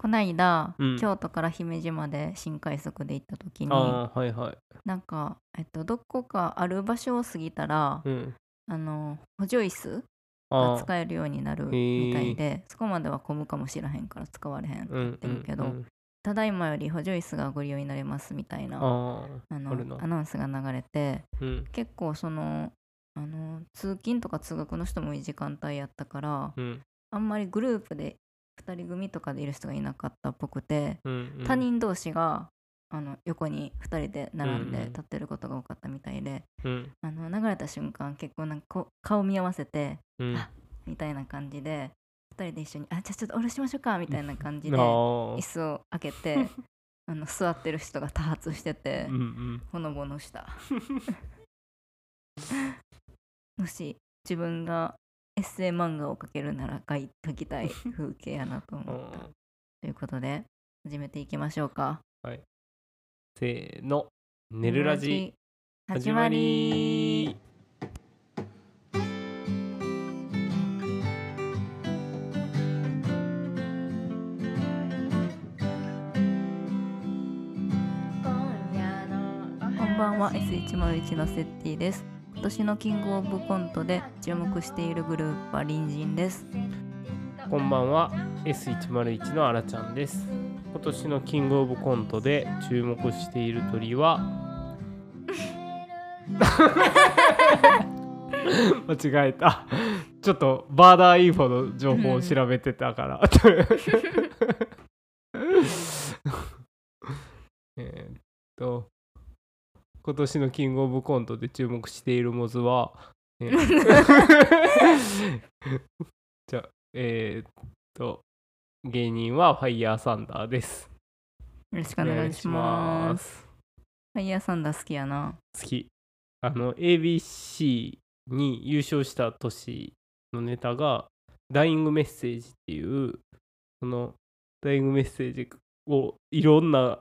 こないだ、うん京都から姫路まで新快速で行った時にああはいはいなんか、えっと、どこかある場所を過ぎたら、うんあの補助椅子あがあ使えるようになるみたいでそこまでは混むかもしらへんから使われへんってう言っんてうるんけど、うんただいまより補助椅子がご利用になれますみたいなあああのあるなアナウンスが流れてうん結構そのあの通勤とか通学の人もいい時間帯やったからうんあんまりグループで2人組とかでいる人がいなかったっぽくて、うんうん他人同士があの横に2人で並んうんうでん立ってることが多かったみたいで、うんあの流れた瞬間結構なんかこう顔見合わせてうんあみたいな感じで2人で一緒に「あじゃあちょっと下ろしましょうか」みたいな感じであ椅あ子を開け てあの座ってる人が多発しててうんうんほのぼのした。 もし自分がエッセイ漫画を描けるなら描い描きたい風景やなと思った。うんということで始めていきましょうか。せーの寝るラジ始まりこんばんは S101 のセッティです今年のキングオブコントで注目しているグループは隣人ですこんばんは S101 のあらちゃんです今年のキングオブコントで注目している鳥は間違えたちょっとバーダーインフォの情報を調べてたから、えーっと今年のキングオブコントで注目しているモズは、えーじゃあえーっと芸人はファイヤーサンダーですよろしくお願いしますすファイヤーサンダー好きやな好きあの ABC に優勝した年のネタがダイイングメッセージっていうそのダイイングメッセージをいろんな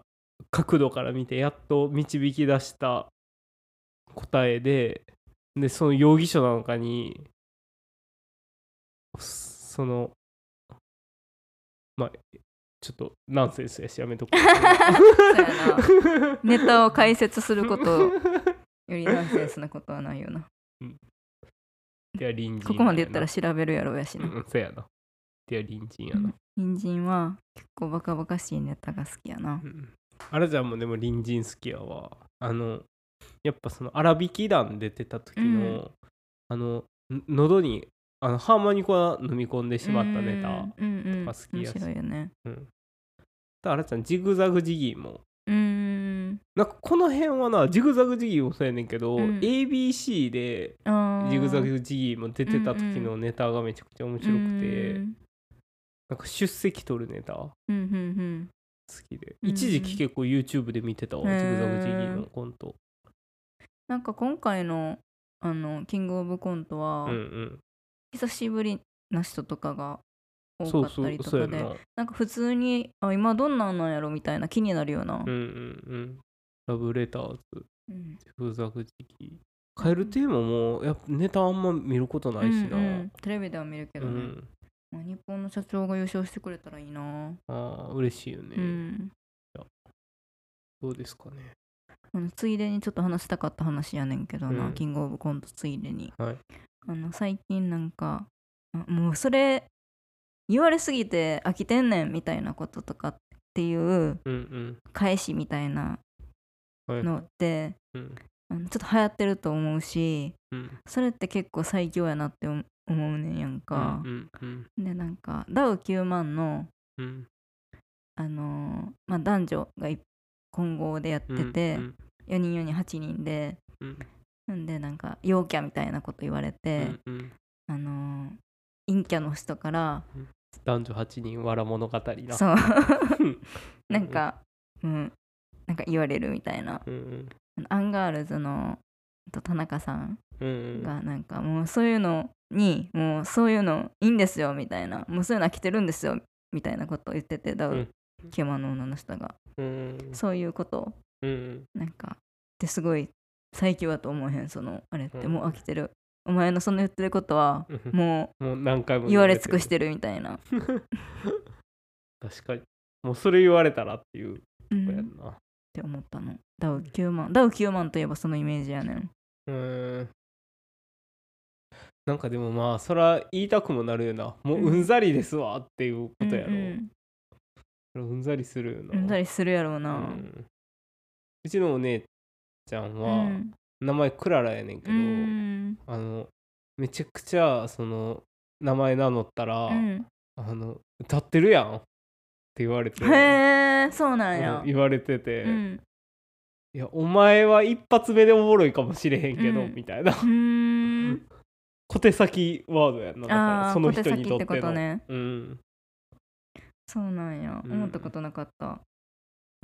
角度から見てやっと導き出した答えででその容疑者なのかにそのまあちょっとナンセンスやしやめとこう そうやなネタを解説することよりナンセンスなことはないよなでは隣人ここまで言ったやらな調べるやろやしう、なんそうやな。では隣人やな。隣人は結構バカバカしいネタが好きやなうんあらちゃんもでも隣人好きやわ。あの、やっぱその荒引き団出てた時の、うんあの、ん喉にあのハーモニカ飲み込んでしまったネタ。うんうんうんとか好きやし面白いよねうん。あらちゃん、ジグザグジギーも。うーんなんかこの辺はな、ジグザグジギーもそうやねんけど、うん ABC であージグザグジギーも出てた時のネタがめちゃくちゃ面白くて、うんなんか出席取るネタ。うんうん好きで、うんうん一時期結構 YouTube で見てたへわ、ージグザグジギーのコントなんか今回のあのキングオブコントは、うん久しぶりな人とかがうん多そかうっそたりうとそうかやでななんか普通にあ今どんなんなんやろみたいな気になるようなうんう、んうんラブレターズうんジグザグジギーカエルテーマもやっぱネタあんま見ることないしなううんん、うんテレビでは見るけどね、まあ、日本の社長が優勝してくれたらいいな、ああ嬉しいよね、うんどうですかねあのついでにちょっと話したかった話やねんけどな、うんキングオブコントついでに、はいあの最近なんかあもうそれ言われすぎて飽きてんねんみたいなこととかっていううん返しみたいなうんはいのってうんあのちょっと流行ってると思うしうんそれって結構最強やなって思思うねんやんかう、んうんでなんかダウ9万の、うんあのーまあ、男女がい混合でやってて、うん4人4人8人でうんんでなんか陽キャみたいなこと言われうて、んうんあのー陰キャの人から男女8人わら物語なそう うんなんか、うん、なんか言われるみたいなうんうんあのアンガールズのあと田中さんうんうんがなんかもうそういうのにもうそういうのいいんですよみたいなもうそういうの飽きてるんですよみたいなことを言っててダウ、うんケマの女の人がうんそういうことをうんなんかってすごい最強だと思わへんそのあれってうんもう飽きてるお前のその言ってることはうんももう何回もう言われ尽くしててるみたいな確かにもうそれ言われたらっていうこうんとやっんな。て思ったのダウ9万ダウ9万といえばそのイメージやねんうーん。なんかでもまあそら言いたくもなるよな。もううんざりですわっていうことやろ。ううんうんざりするような。んうんざりするやろううな、んうちのお姉ちゃんうは、ん名前クララやねんけうど、んあのめちゃくちゃその名前名乗ったら、うんあの歌ってるやんって言われて、へえそうなんやうん言われてて、うんいやお前は一発目でおもろいかもしれへんけど、うんみたいな うーん小手先ワードやんなだからああそーの小手人に先とっっててこのとねうんそうなんやうん思ったことなかったま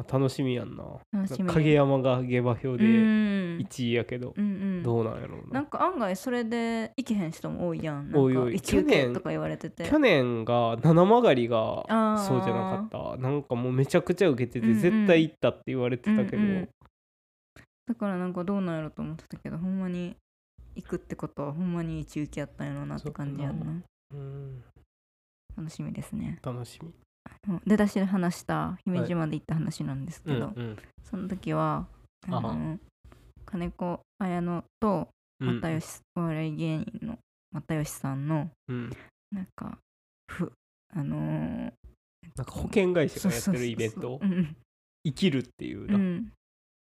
あ楽しみやんな楽しみ影山が下馬評うでん1位やけど、うんうんどうなんやろうななんか案外それで行けへん人も多いやんなんか多い多い一級去年とか言われてて去年が七曲りがあーそうじゃなかったなんかもうめちゃくちゃ受けてうんてうん絶対行ったって言われてたけど、うんうんだからなんかどうなんやろと思ってたけどほんまに行くってことはほんまに一受けやったんやろなって感じやんそうなうん楽しみですね楽しうみ、ん出だしで話した姫路まで行った話なんですけど、ん、その時はああはの金子綾乃と又吉、お笑い芸人の又吉さんのうん、なんかふあのーなんか保険会社そうがやってそうそうるそうイベントうん生きるっていううな、んうん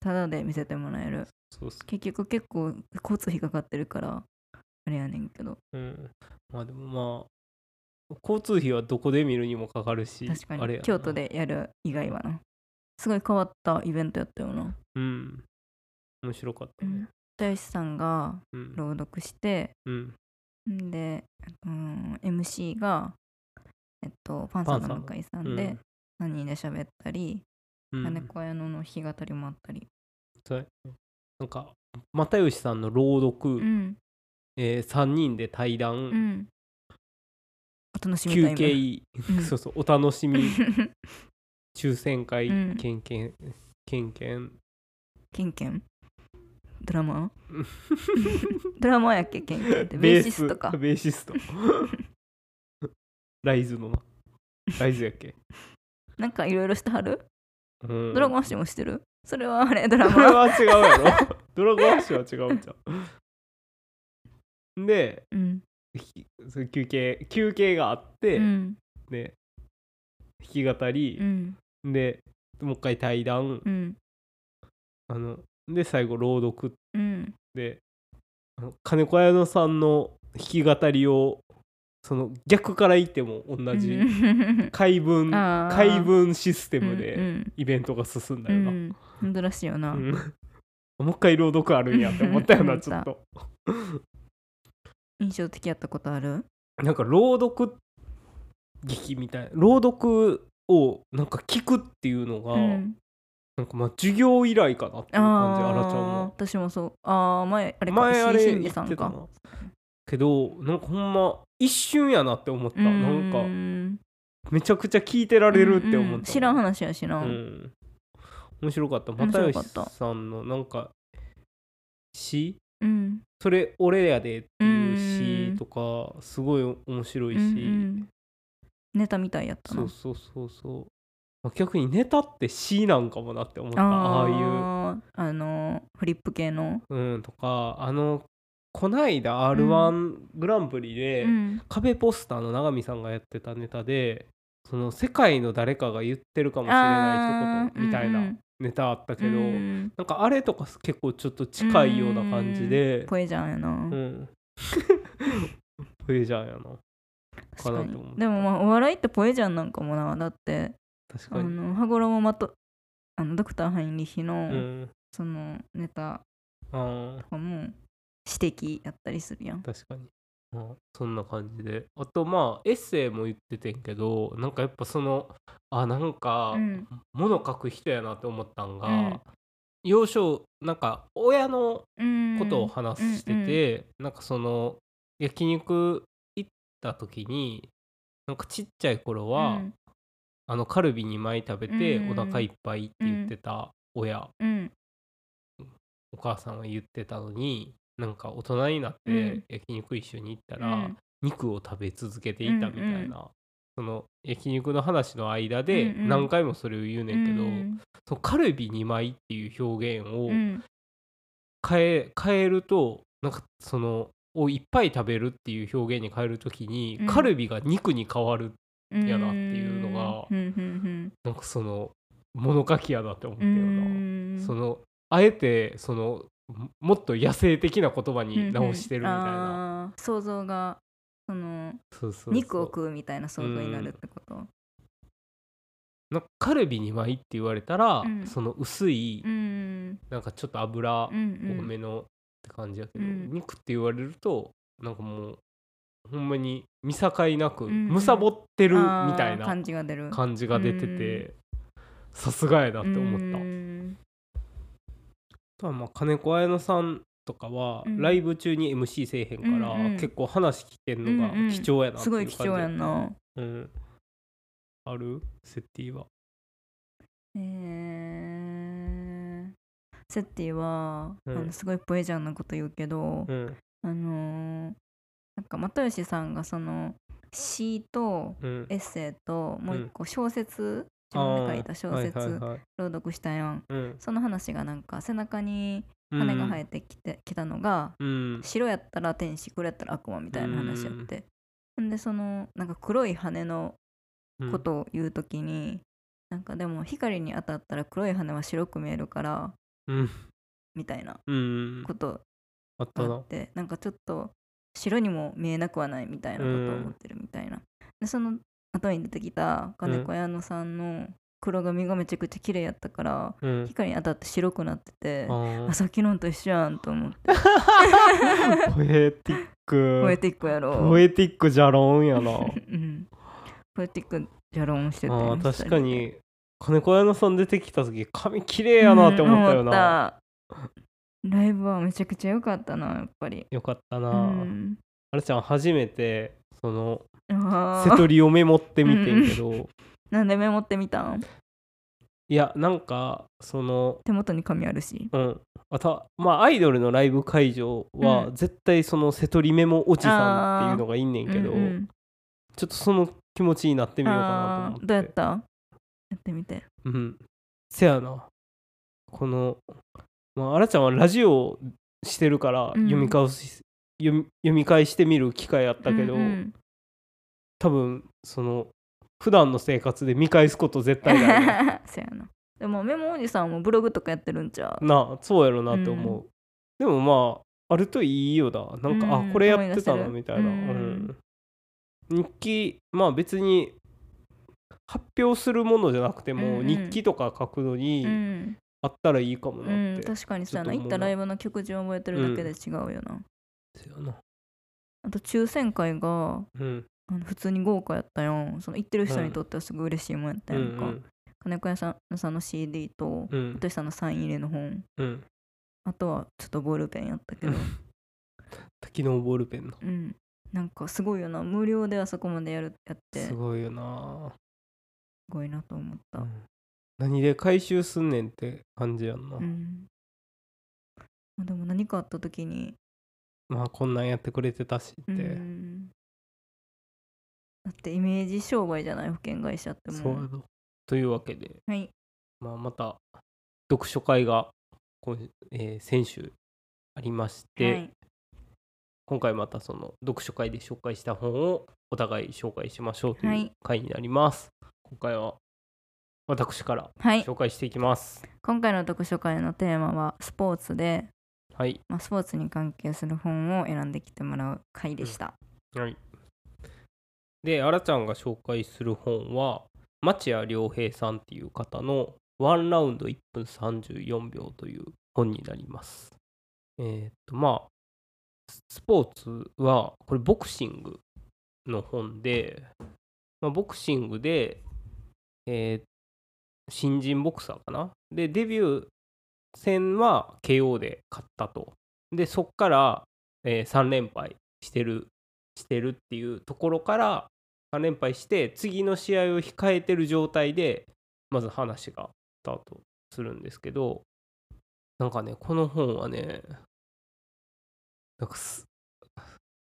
ただで見せてもらえるそうそう結局結構交通費かかってるからあれやねんけどうん、まあでもまあ交通費はどこで見るにもかかるし確かあれにやな京都でやる以外はなすごい変わったイベントやったよなうん面白かったね又吉さんがうん朗読してうんんで、あのー MC が、えっと、パンサーの向井さんで3人で喋ったり、うん金子屋のの日語りもあったり、そうなんか又吉さんの朗読、うんえー、3人で対談、うんお楽しみタ休イム憩、うんそうそうお楽しみ抽選会、うんけんけんけんけん ケンケンドラ マードラマーやっけケンケンってベーシストかベーシ ストライズのなライズやっけ、なんかいろいろしてはるうん、ドラゴン足もしてるそれはあ れドラこれマーは違うやろ ドラゴンアッシュは違うじゃんでうんひその休憩休憩があって、うんで弾き語うり、んでもう一回対談、うんあので最後朗読うんであの金子綾乃さんの弾き語りをその逆から言っても同じ、うん解文あー解文システうんムうでんイベントが進んだうよな、ん本当らしいよな、うん もう一回朗読あるんやって思ったようなんちょっと印象的やったことあるなんか朗読劇みたいな朗読をなんか聞くっていうのが、うんなんかまあ授業以来かなっていう感じあらちゃんあーも私もそうああ前あれか前あれ石井真言っ二てさたんかなけどなんかほんま一瞬やなって思ったなんかかめちゃくちゃ聞いてられるって思った知らん話やしな、うん、面白かった面白又か吉ったさんのなんか詩うんそれ俺やでっていううん詩とかすごい面白いし、うんうんネタみたいやったなそうそうそうそう、まあ、逆にネタって詩なんかもなって思ったあああああのフリップ系の、いううんとかあのこないだ r 1グランプリで、うん壁ポスターの永見さんがやってたネタでその世界の誰かが言ってるかもしれないあ一ー言みたいうんなネタあったけど、うんうんなんかあれとか結構ちょっと近いような感じで、ポエじゃんやな、うん。 プレジャーやな。確かかなとに思ったでもまあお笑いってポエじゃんなんかもなだって確あかに。の羽衣まとあのドクターハインリヒの、うん。そのネタああ、とかも指摘やったりするやん確かに。まあ、そんな感じで。あと、まあ、エッセイも言っててんけど、なんかやっぱその、あ、なんか、うん物書く人やなって思ったんが、うん幼少、なんか、親のこことを話してて、なんかその、焼肉行った時に、なんかちっちゃい頃うは、んあのカルビ2枚食べてうんお腹いっぱいって言ってた親、うんお母さんは言ってたのになんか大人になうってん焼肉一緒に行ったうらん肉を食べ続けていたみたいな、うんうんその焼肉の話の間でうんうん何回もそれを言うねんけど、うんそのカルビ2枚っていう表現をうん変え変えるとなんかそのをいっぱい食べるっていう表現に変えるときに、うんカルビが肉に変わるうんやなっていうのがうんうんなんかその物書きやなって思ったうよんうんな。そのあえてそのももっと野生的な言葉に直してるみたいな、うんうんあー想像がそのそうそうそう肉を食うみたいな想像になるってことなんかカルビ2枚って言われたら、うんその薄いうんなんかちょっと油多うんうんめのって感じやけど、うん肉って言われるとなんかもうほんまに見境なくうんむさぼってるみあーたいな感じが出る感じが出ててさすがやなって思った。うんあとはまあ金子綾乃さんとかは、うんライブ中に MC せえへんから、うんうん結構話聞けんのが貴重やなってすいうごい感じ貴重やんなうん。あるセッティは。えーセッティは、うんあのすごいポエジャンなこと言うけど、うん。あのーなんか又吉さんがその詩とうん。エッセイともう一個小説、あー、自分で書いた小説、はいはいはい朗読したやんうん。その話がなんか背中に羽が生えてきて、きたのがうん。白やったら天使黒やったら悪魔みたいな話やって、ほんでそのなんか黒い羽のうん。ことを言うときに、なんかでも光に当たったら黒い羽は白く見えるからうん。みたいなうん。ことあったがあなっ。てなんかちょっと白にも見えなくはないみたいなことを思ってるみたいな、でその後に出てきた金子綾乃さんの黒髪がめちゃくちゃ綺麗やったから、うん。光に当たって白くなっててあ。あさっきのんと一緒やんと思って ーポエティック。ポエティックやろポエティックじゃろんや な。うんポエティックジャロンしててあー確かに。金子綾乃さん出てきた時髪綺麗やなって思ったようん思な。ったライブはめちゃくちゃ良かったなやっぱりよかったうな。んあれちゃん初めてそのあ瀬ー戸りをメモってみてんけど、なんでメモってみたんいやなんかその手元に紙あるしうん、あとまあアイドルのライブ会場はうん絶対その瀬戸りメモおじさんっていうのがいんねんけど、うんうんちょっとその気持ちになってみようかなあと思っーてどうやったやってみてうんせやなこの、まあ、あらちゃんはラジオしてるからうん読み返す、読み読み返してみる機会あったけど、うんうん多分その普段の生活で見返すこと絶対ないな そうやなでもメモおじさんもブログとかやってるんちゃうなあそうやろなって思う、でもまああるといいよななんか、うんあこれやってた思い出せるなみたいな、ううんん日記まあ別に発表するものじゃなくてうんも、うん日記とか書くのうにん、あったらいいかもうなって、ん、確かにそうやなちょ行っと思うなったライブの曲順覚えてるだけで違うよな、そうやなあと抽選会がうんあの普通に豪華やったやんその行ってる人にとってはすごい嬉しいもんやったうやんうんか、ん金子屋さんさんの CD とうんとしさんのサイン入れの本うんあとはちょっとボールペンやったけどうん滝のボールペンのうんなんかすごいよな無料であそこまでやるやってすすごいよな、ごいなと思ったうん何で回収すんねんって感じやんな、うん、まあ、でも何かあった時にまあこんなんやってくれてたしうって、んだってイメージ商売じゃない保険会社ってそうもやうろというわけではいまあ、また読書会が今、えー先週ありまして、はい今回またその読書会で紹介した本をお互い紹介しましょうとはいうい回になります。今回は私からはい紹介していきます。今回の読書会のテーマはスポーツではい、まあ、スポーツに関係する本を選んできてもらう回でした。はい、で、あらちゃんが紹介する本は町屋良平さんっていう方の「ワンラウンド1分34秒」という本になります。えーっとまあススポーツはこれボクシングの本で、まあ、ボクシングで、えー新人ボクサーかなでデビュー戦は KO で勝ったとでそっから、え3連敗してるしてるっていうところから3連敗して次の試合を控えてる状態でまず話がスタートするんですけどなんかねこの本はねなんかす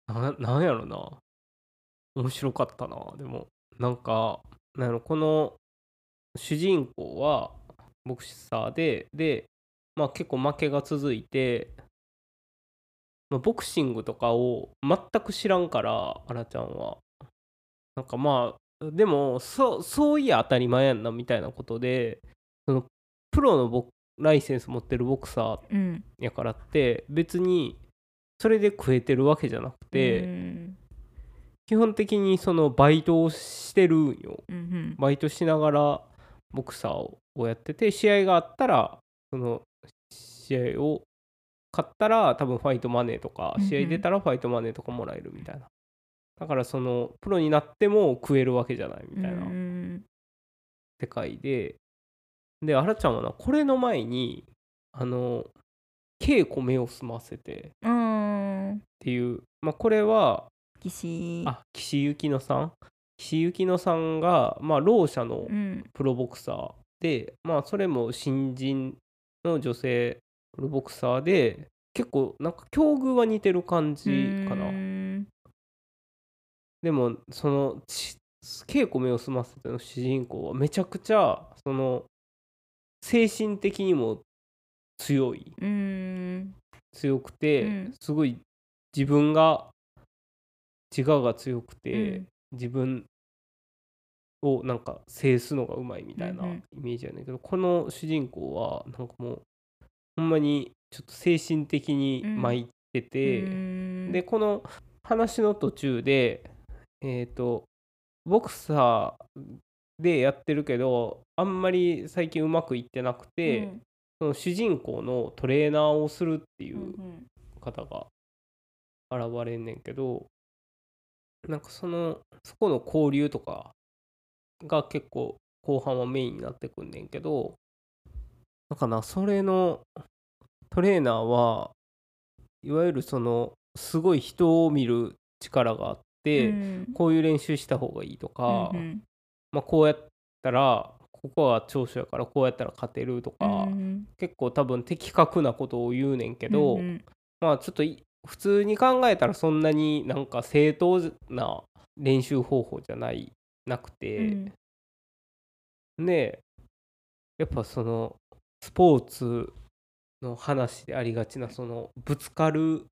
ななんやろな面白かったなでもなんかなんやろこの主人公はボクサーでで、まあ、結構負けが続いて、まあ、ボクシングとかを全く知らんからあらちゃんはなんかまあでもそそういや当たり前やんなみたいなことでそのプロのボクライセンス持ってるボクサーうんやからって別にそれで食えてるわけじゃなくて、うん基本的にそのバイトをしてるんようんバイトしながらボクサーをやってて試合があったらその試合を勝ったら多分ファイトマネーとかうんうん試合出たらファイトマネーとかもらえるみたいなだからそのプロになっても食えるわけじゃないみたいなうん世界でであらちゃんはなこれの前にあの稽古目を澄ませてうんうんっていう、まあ、これは岸あ岸由紀乃さん岸由紀乃さんが、まあ、ろう者のうんプロボクサーで、まあ、それも新人の女性プロボクサーで結構なんか境遇は似てる感じかな、うんでもそのち稽古目を澄ませての主人公はめちゃくちゃその精神的にも強いうん強くて、うんすごい自分が自我が強くて、うん自分をなんか制すのがうまいみたいなうんうイんメージやねんけど、この主人公はなんかもうほんまにちょっと精神的に参ってて、うんでこの話の途中でえっ、とボクサーでやってるけどあんまり最近うまくいってなくて、うんその主人公のトレーナーをするっていううん方が現れんねんけどなんかそのそこの交流とかが結構後半はメインになってくんねんけどだからなそれのトレーナーはいわゆるそのすごい人を見る力があっうて、んこういう練習した方がいいとか、うんまあ、こうやったらここは長所やからこうやったら勝てるとか、うん結構多分的確なことを言うねんけど、うんまあちょっとい普通に考えたらそんなになんか正当な練習方法じゃないなくうて、んでやっぱそのスポーツの話でありがちなそのぶつかる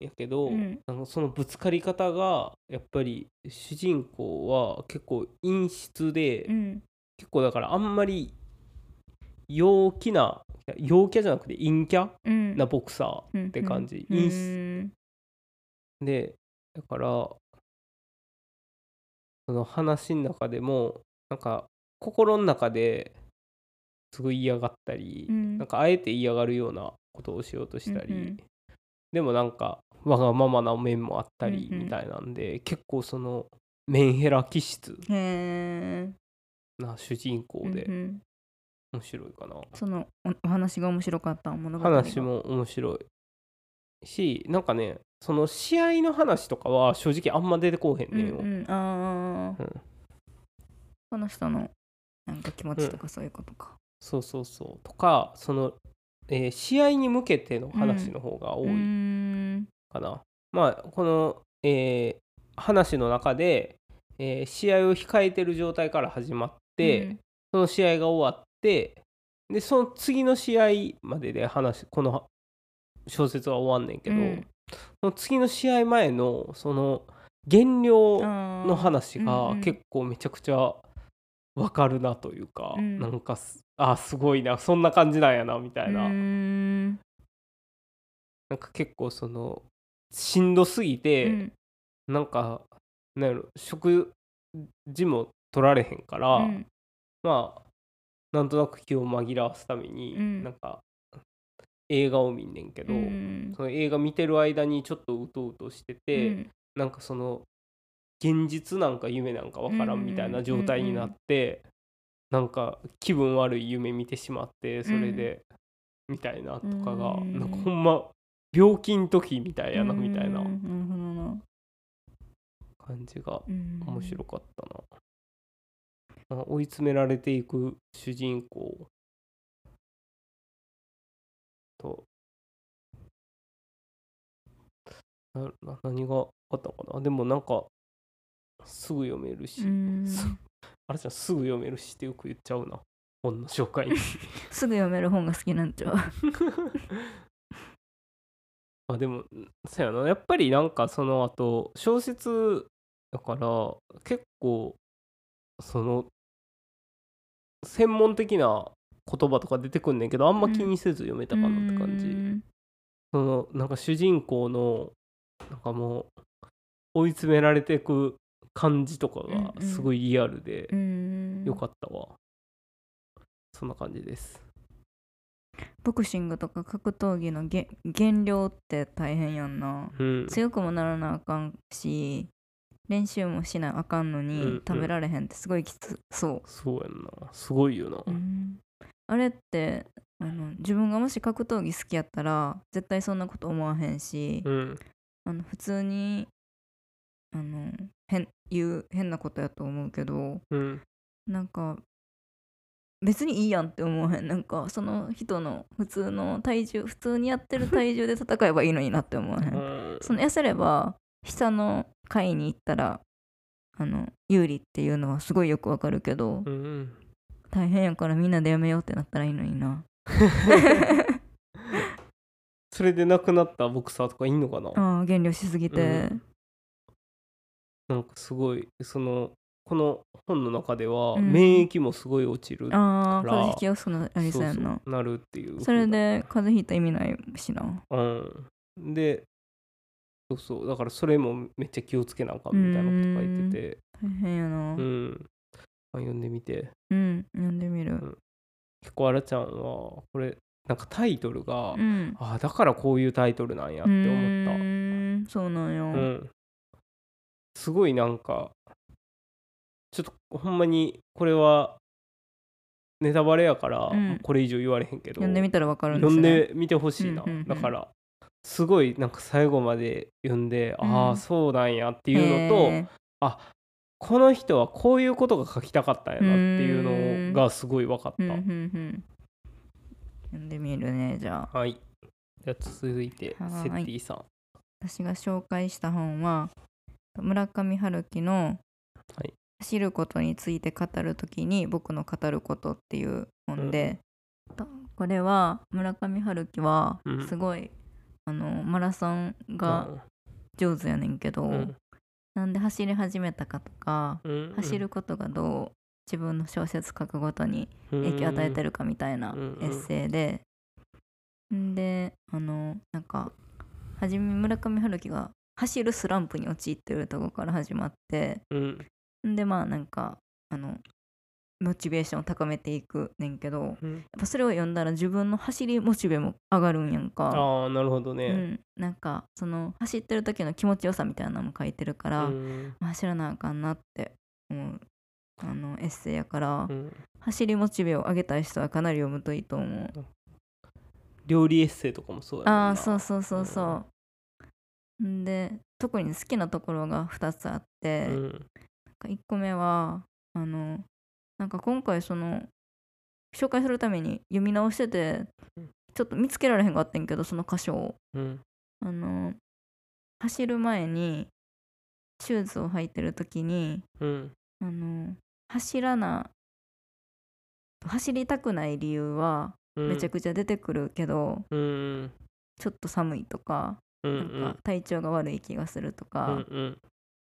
やけど、うんあのそのぶつかり方がやっぱり主人公は結構陰湿で、うん結構だからあんまり陽気な陽キャじゃなくて陰キャうんなボクサーって感じうんいいっうんでだからその話の中でもなんか心の中ですごい嫌がったり、うんなんかあえて嫌がるようなことをしようとしたり、うんうんでもなんかわがままな面もあったりうんうんみたいなんで、結構そのメンヘラ気質へな主人公ーうでんうん面白いかな、そのおお話が面白かった物語が話も面白いしなんかねその試合の話とかは正直あんま出てこうへんうんねんよ、うんああうんこの人のなんか気持ちとかそういうことかそうそうそうとかその、えー試合に向けての話の方が多うーいんかな、まあこの、えー話の中で、えー試合を控えてる状態から始まって、うんその試合が終わってでその次の試合までで話この小説は終わんねんけど、うんその次の試合前のその減量あーの話うんうがん結構めちゃくちゃわかるなというか、うんなんかすあすごいなそんな感じなんやなみたいな、うーんなんか結構そのしんどすぎうて、んなんかなんやろ食事も取られへんから、うんまあなんとなく気を紛らわすために、うんなんか映画を見んねんけど、うんその映画見てる間にちょっとうとうとしてて、うんなんかその現実なんか夢なんかわからんみたいな状態になって、なんか気分悪い夢見てしまってそれで、みたいなとかが、うんなんかほんま病気の時みたいやなうんみたいななるほどな感じがうん面白かったな、あ追い詰められていく主人公となな何があったかなでもなんかすぐ読めるし、うんそう あらちゃんすぐ読めるしってよく言っちゃうな本の 紹介にすぐ読める本が好きなんち ゃうまあでもそうやなやっぱりなんかそのあと小説だから結構その専門的な言葉とか出てくんねんけどあんま気にせず読めたかなって感じ、うんそのなんか主人公のなんかもう追い詰められていく感じとかうんうがんすごいリアルでうん良かったわ、そんな感じですボクシングとか格闘技のげ減量って大変やんなうん強くもならなあかんし練習もしなあかんのに、うんうん食べられへんってすごいきつそそうやんなすごいよなう、うんあれってあの自分がもし格闘技好きやったら絶対そんなこと思わへんし、うんあの普通にあの変言う変なことやと思うけどうんなんか別にいいやんって思わへんなんかその人の普通の体重普通にやって る体重で戦えばいいのになって思わへうんんその痩せれば下の階に行ったらあの有利っていうのはすごいよくわかるけどうん大変やからみんなでやめようってなったらいいのに なそれで亡くなったボクサーとかいんのかな、ああ減量しすぎてなんかすごいそのこの本の中では、うん免疫もすごい落ちるああから風邪ひきやすくなりそうやんなそうそうなるっていうそれで風邪ひいた意味ないしなうん、でそうそうだからそれもめっちゃ気をつけなあかんみたいなこと書いてて大変やなうん、まあ読んでみてうん読んでみる結構あらちゃんはこれなんかタイトルが、うんああだからこういうタイトルなんやって思ったうーんそうなんよ、うん、すごいなんかちょっとほんまにこれはネタバレやからうんこれ以上言われへんけど、読んでみたらわかるんです読んよねでみてほしいな、うんうんうんだからすごいなんか最後まで読んで、うんああそうなんやっていうのと、へーこの人はこういうことが書きたかったんやなっていうのがすごい分かった、うんうんうん読んでみるねじゃあはいじゃあ続いてセはーいッティさん私が紹介した本は村上春樹のはい「走ることについて語るときに僕の語ること」っていう本で、とこれは村上春樹はうんすごい、あのマラソンが上手やねんけど、うんなんで走り始めたかとかうん走ることがどう自分の小説書くごとに影響を与えてるかみたいなうんエッセイで、んであのなんかはじめ村上春樹が走るスランプに陥ってるとこから始まってうんんでまあなんかあのモチベーションを高めていくねんけどやっうんぱそれを読んだら自分の走りモチベも上がるんやんか。ああなるほどうね、ん、なんかその走ってる時の気持ちよさみたいなのも書いてるかうら、んまあ走らなあかんなって思うあのエッセイやから、うん走りモチベを上げたい人はかなり読むといいと思う。料理エッセイとかもそうやもんなああそうそうそうそう。んで特に好きなところが2つあって、うなんんか1個目はあのなんか今回その紹介するために読み直しててうんちょっと見つけられへんかったんやけどその箇所を。うんあの走る前にシューズを履いてる時にうんあの走らな走りたくない理由はうんめちゃくちゃ出てくるけど、うんちょっと寒いとかうんうなんんか体調が悪い気がするとうか、んうん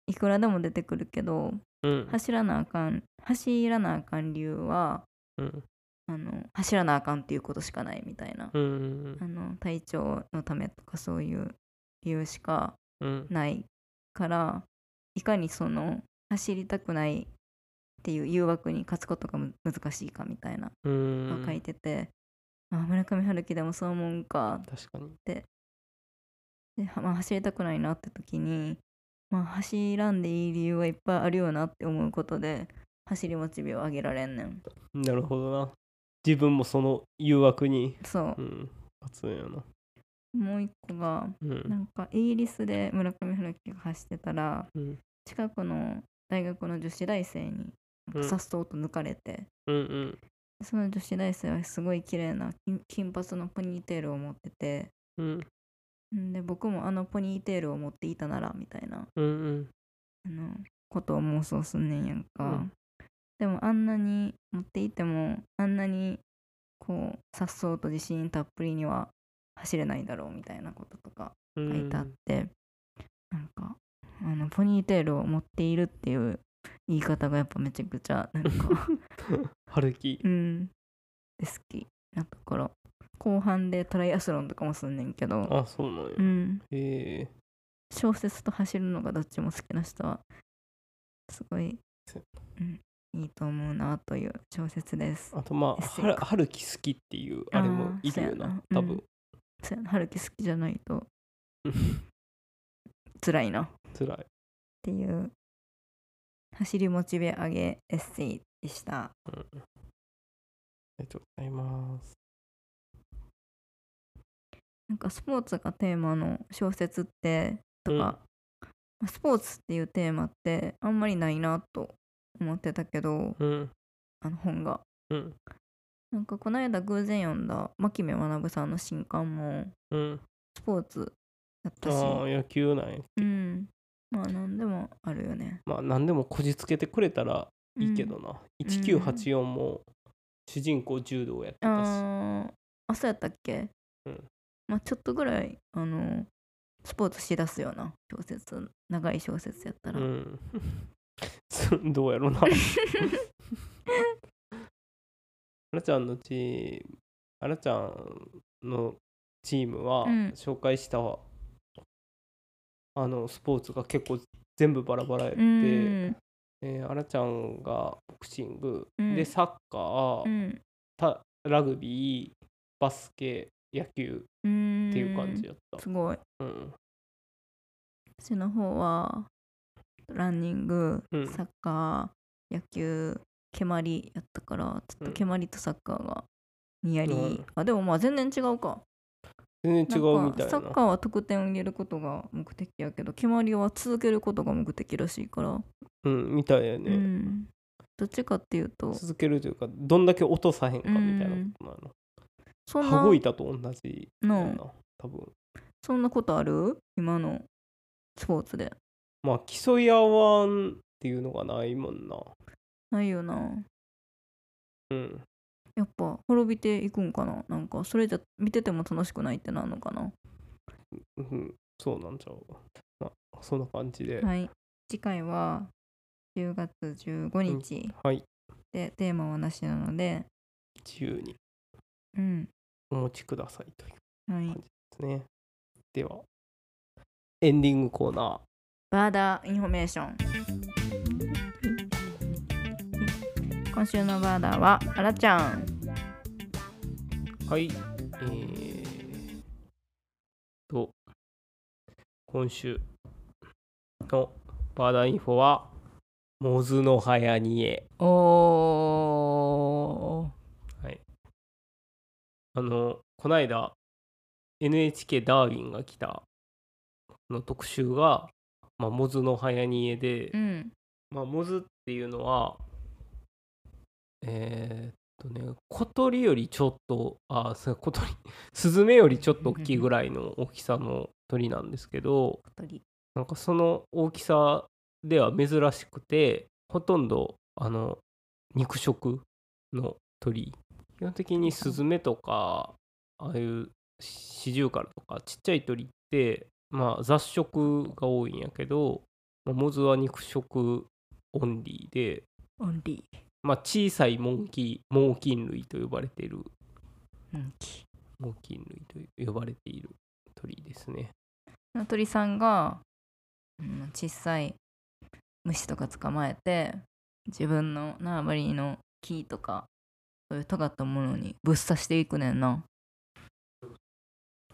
いくらでも出てくるけどうん走らなあかん走らなあかん理由はうんあの走らなあかんっていうことしかないみたいな、うんあの体調のためとかそういう理由しかうんないからいかにその走りたくないっていう誘惑に勝つことがむ難しいかみたいなうんのが書いてて、あ村上春樹でもそう思うんか確かにで、はまあ、走りたくないなって時に、まあ、走らんでいい理由はいっぱいあるよなって思うことで走りモチベを上げられんねんなるほどな自分もその誘惑にそうう、ん勝つんやなもう一個がうなんんかイギリスで村上春樹が走ってたらうん近くの大学の女子大生にうんさっそうと抜かれて、うんうんその女子大生はすごい綺麗な金金髪のポニーテールを持っててうんんで僕もあのポニーテールを持っていたならみたいなうんあのことを妄想すんねんやんか、うんでもあんなに持っていってもあんなにこう颯爽と自信たっぷりには走れないだろうみたいなこととかうん書いてあって、なんかあのポニーテールを持っているっていう言い方がやっぱめちゃくちゃなん か春樹うんで好きなところ後半でトライアスロンとかもすんねんけど、あそうなんや、うん、え小説と走るのがどっちも好きな人はすごい、そううん、いいと思うなという小説ですー、あとまあエッセイはる春樹好きっていうあれもいるよなあーそうやな多う分ん、そうやな春樹好きじゃないと辛いなっ辛いていう走りモチベ上げエッセイでしたありがとうございますなんかスポーツがテーマの小説ってとか、まあスポーツっていうテーマってあんまりないなと思ってたけどうんあの本がうんなんかこの間偶然読んだ牧目学さんの新刊もうんスポーツだっあたしあ野球なんやうんまあ何でもあるよねまあ何でもこじつけてくれたらいいけど、な、ん1984も主人公柔道やってうん、たしあーあそうやったっけ、うんまあちょっとぐらいあのスポーツしだすような小説長い小説やったら、うん どうやろ なあらちゃんのチームあらちゃんのチームはうん紹介した、あのスポーツが結構全部バラバラやって、うんえーあらちゃんがボクシング、うんでサッカー、うんたラグビーバスケ野球うんっていう感じやっすごいた、うん私の方はランニング、うんサッカー野球蹴鞠やったからちょっうんと蹴鞠とサッカーがニヤリ、うんあでもまあ全然違うか全然違うみたないんかなサッカーは得点を入れることが目的やけど決まりは続けることが目的らしいから、うんみたいやうね、ん、どっちかっていうと続けるというかどんだけ落とさへんかみたいなことなの、そん羽子な板と同じやのんな多分そんなことある今のスポーツでまあ競い合わんっていうのがないもんなないよなうんやっぱ滅びていくんかななんかそれじゃ見てても楽しくないってなるのかなうんそうなんちゃうまあそんな感じではい、はい次回は10月15日でテーマはなしなので自由にうんお持ちくださいというこはいとですねではエンディングコーナーバーダーインフォメーション今週のバーダーはあらちゃんはい、えー、と、今週のバーダーインフォは、モズの早煮え。おはい。あの、こないだ、NHK ダーウィンが来たの特集が、まあ、モズの早煮えで、うんまあ、モズっていうのは、えーっとね、小鳥よりちょっと、あ、そう小鳥、 スズメよりちょっと大きいぐらいの大きさの鳥なんですけど、鳥なんかその大きさでは珍しくて、ほとんど、あの、肉食の鳥。基本的にスズメとか、ああいうシジュウカラとか、ちっちゃい鳥って、まあ雑食が多いんやけど、まあモズは肉食オンリーで、オンリーまあ、小さいモンキー猛禽類と呼ばれているモンキ猛禽類と呼ばれている鳥ですね。ー鳥さんが、うん、小さい虫とか捕まえて自分の縄張りの木とかそういう尖ったものにぶっ刺していくねんな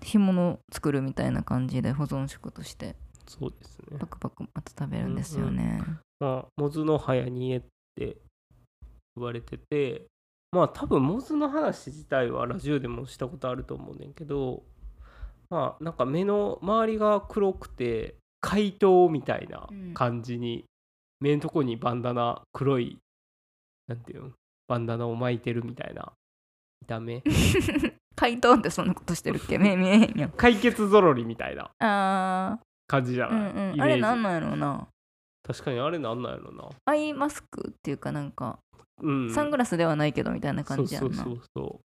干物作るみたいな感じで保存食としてそうですねパ。クパクまた食べるんですよね、まあ、モズの早煮えって言われてて、まあ多分モズの話自体はラジオでもしたことあると思うねんけど、まあなんか目の周りが黒くて怪盗みたいな感じに、目のとこにバンダナ黒いなんていうのバンダナを巻いてるみたいな見 た目怪盗ってそんなことしてるっけ目見えへんやん解決ぞろりみたいなあ感じじゃーうんない、うんあれなんんなんやろうな確かにあれなんなんやろな。アイマスクっていうかなんかうん。サングラスではないけどみたいな感じやんなそうそうそうそ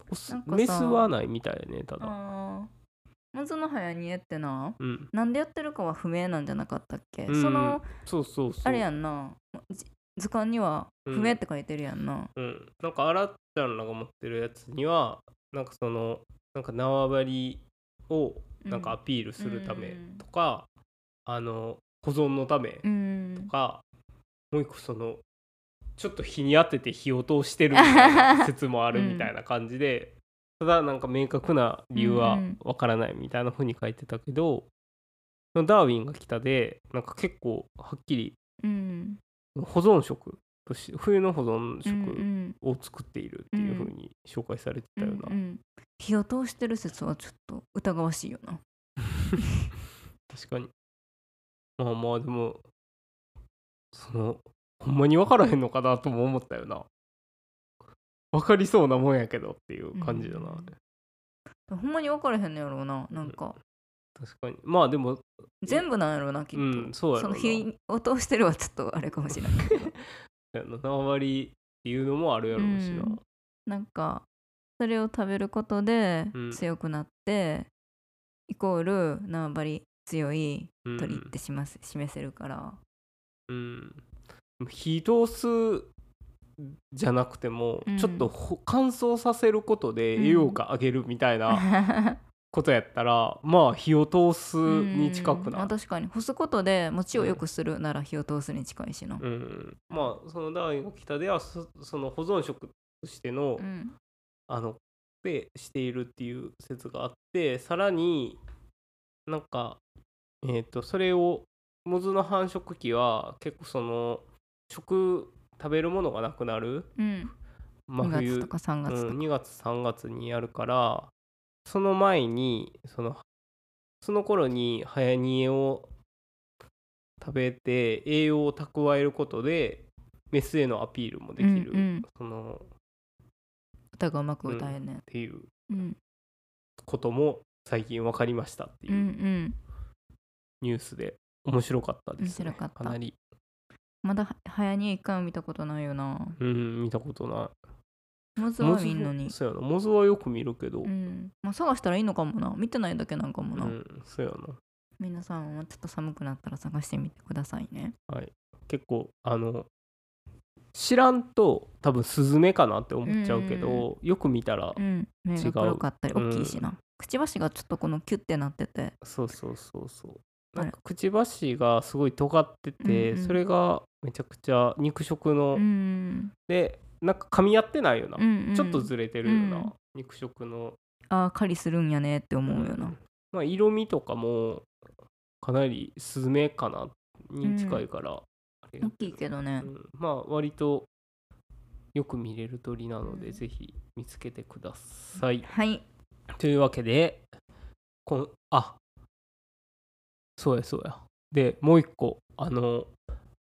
うオスなんかさメスはないみたいねただあー松の葉やにえってなうんなんでやってるかは不明なんじゃなかったっけ、うんそのそうそうそうあれやんなじ図鑑には不明って書いてるやんな、うんなんかあらちゃんらが持ってるやつにはなんかそのなんか縄張りをなんかアピールするためとか、あの保存のためとうんか、もう一個そのちょっと日に当てて火を通してるみた いな説もあるみたいな感じで、ただなんか明確な理由はわからないみたいな風に書いてたけど、ダーウィンが来たでなんか結構はっきりうん保存食として冬の保存食、うんを作っているっていう風に紹介されてうたよんな、うん火を通してる説はちょっと疑わしいよな確かにまあまあでもそのほんまに分からへんのかなとも思ったよな分かりそうなもんやけどっていう感じだな、うんほんまに分からへんのやろうななんか確かにまあでも全部なんやろうなきっと、うんそうやろそうのな火を通してるはちょっとあれかもしれない縄張りっていうのもあるやろうしな、うんなんかそれを食べることでうん強くなって、イコール縄張り強いうん鳥ってします、示せるからうん、火通すじゃなくても、うんちょっとほ乾燥させることで栄養価上げるみたいな、 ことやったらまあ火を通すに近くうんなあい、確かに干すことで餅を良くするなら火を通すに近いしなうんまあそのダーウィンが北ではそその保存食としての,、うんあのでしているっていう説があってさらになんかえっ、とそれをモズの繁殖期は結構その食食べるものがなくなるうん、真2冬月とか3月とうかん、2月3月にやるからその前にそのその頃に早煮えを食べて栄養を蓄えることでメスへのアピールもできる、うんうんそのっ歌がうまく歌えね、ていううんことも最近分かりましたってうん、ういうんニュースで面白かったです、ね、面白かったなり、まだ早に一回も見たことないよなうん、見たことなモズいはモズ見んのにそうやなモズはよく見るけど、ううんんまあ、探したらいいのかもな見てないだけなんかもな、そうやな皆さんはちょっと寒くなったら探してみてくださいね結構あの知らんと多分スズメかなって思っちゃうけうんど、よく見たら、うん目違うが黒かったりうん大きいしな、くちばしがちょっとこのキュッてなっててそうそうそうそうあれなんかくちばしがすごい尖ってて、うんうんそれがめちゃくちゃ肉食の、うんでなんか噛み合ってないよな、うんうんちょっとずれてるような、うん肉食のああ狩りするんやねって思うよな、んまあ、色味とかもかなりスズメかなに近いから、あれや大きいけどね、うんまあ割とよく見れる鳥なので、うんぜひ見つけてください。はいというわけでこんあそうやそうや。でもう一個あの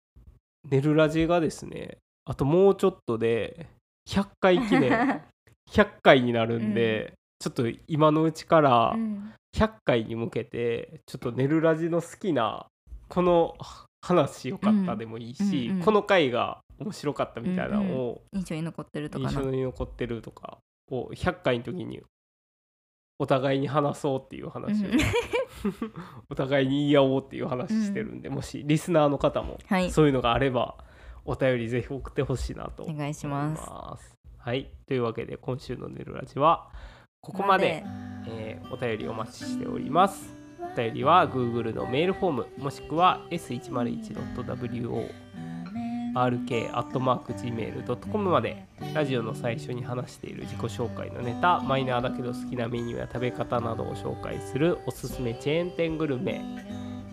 「ネルラジ」がですねあともうちょっとで100回記 念100回になるんで、ちょっと今のうちからうん100回に向けてちょっと「ネルラジ」の好きなこのは話よかったでもいいし、うんうんうんこの回が面白かったみたいなのを印象に残ってると印かな象に残ってるとかを100回の時にお互いに話そうっていう話を、うんお互いに言い合おうっていう話してるんで、もしリスナーの方もはいそういうのがあればお便りぜひ送ってほしいなとお願いし思いますます。はいというわけで今週の「ネルラジ」はここまで。えーお便りお待ちしております。お便りは Google のメールフォームもしくは s101.work.gmail.com までラジオの最初に話している自己紹介のネタマイナーだけど好きなメニューや食べ方などを紹介するおすすめチェーン店グルメ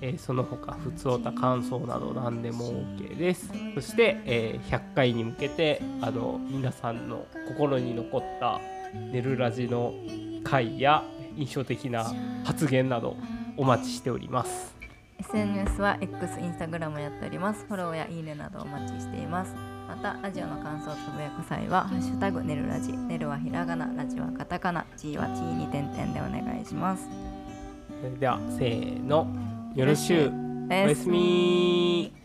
えーその他普通おた感想など何でも OK ですそして、えー100回に向けてあの皆さんの心に残った「ねるラジ」の回や印象的な発言などお待ちしております SNS は X、Instagram やっております。フォローやいいねなどお待ちしています。また、ラジオの感想をつぶやく際は、ハッシュタグ、ねるラジ、ねるはひらがな、ラジはカタカナ、G は G に点々でお願いします。それではせーのよろしゅうおおやすみ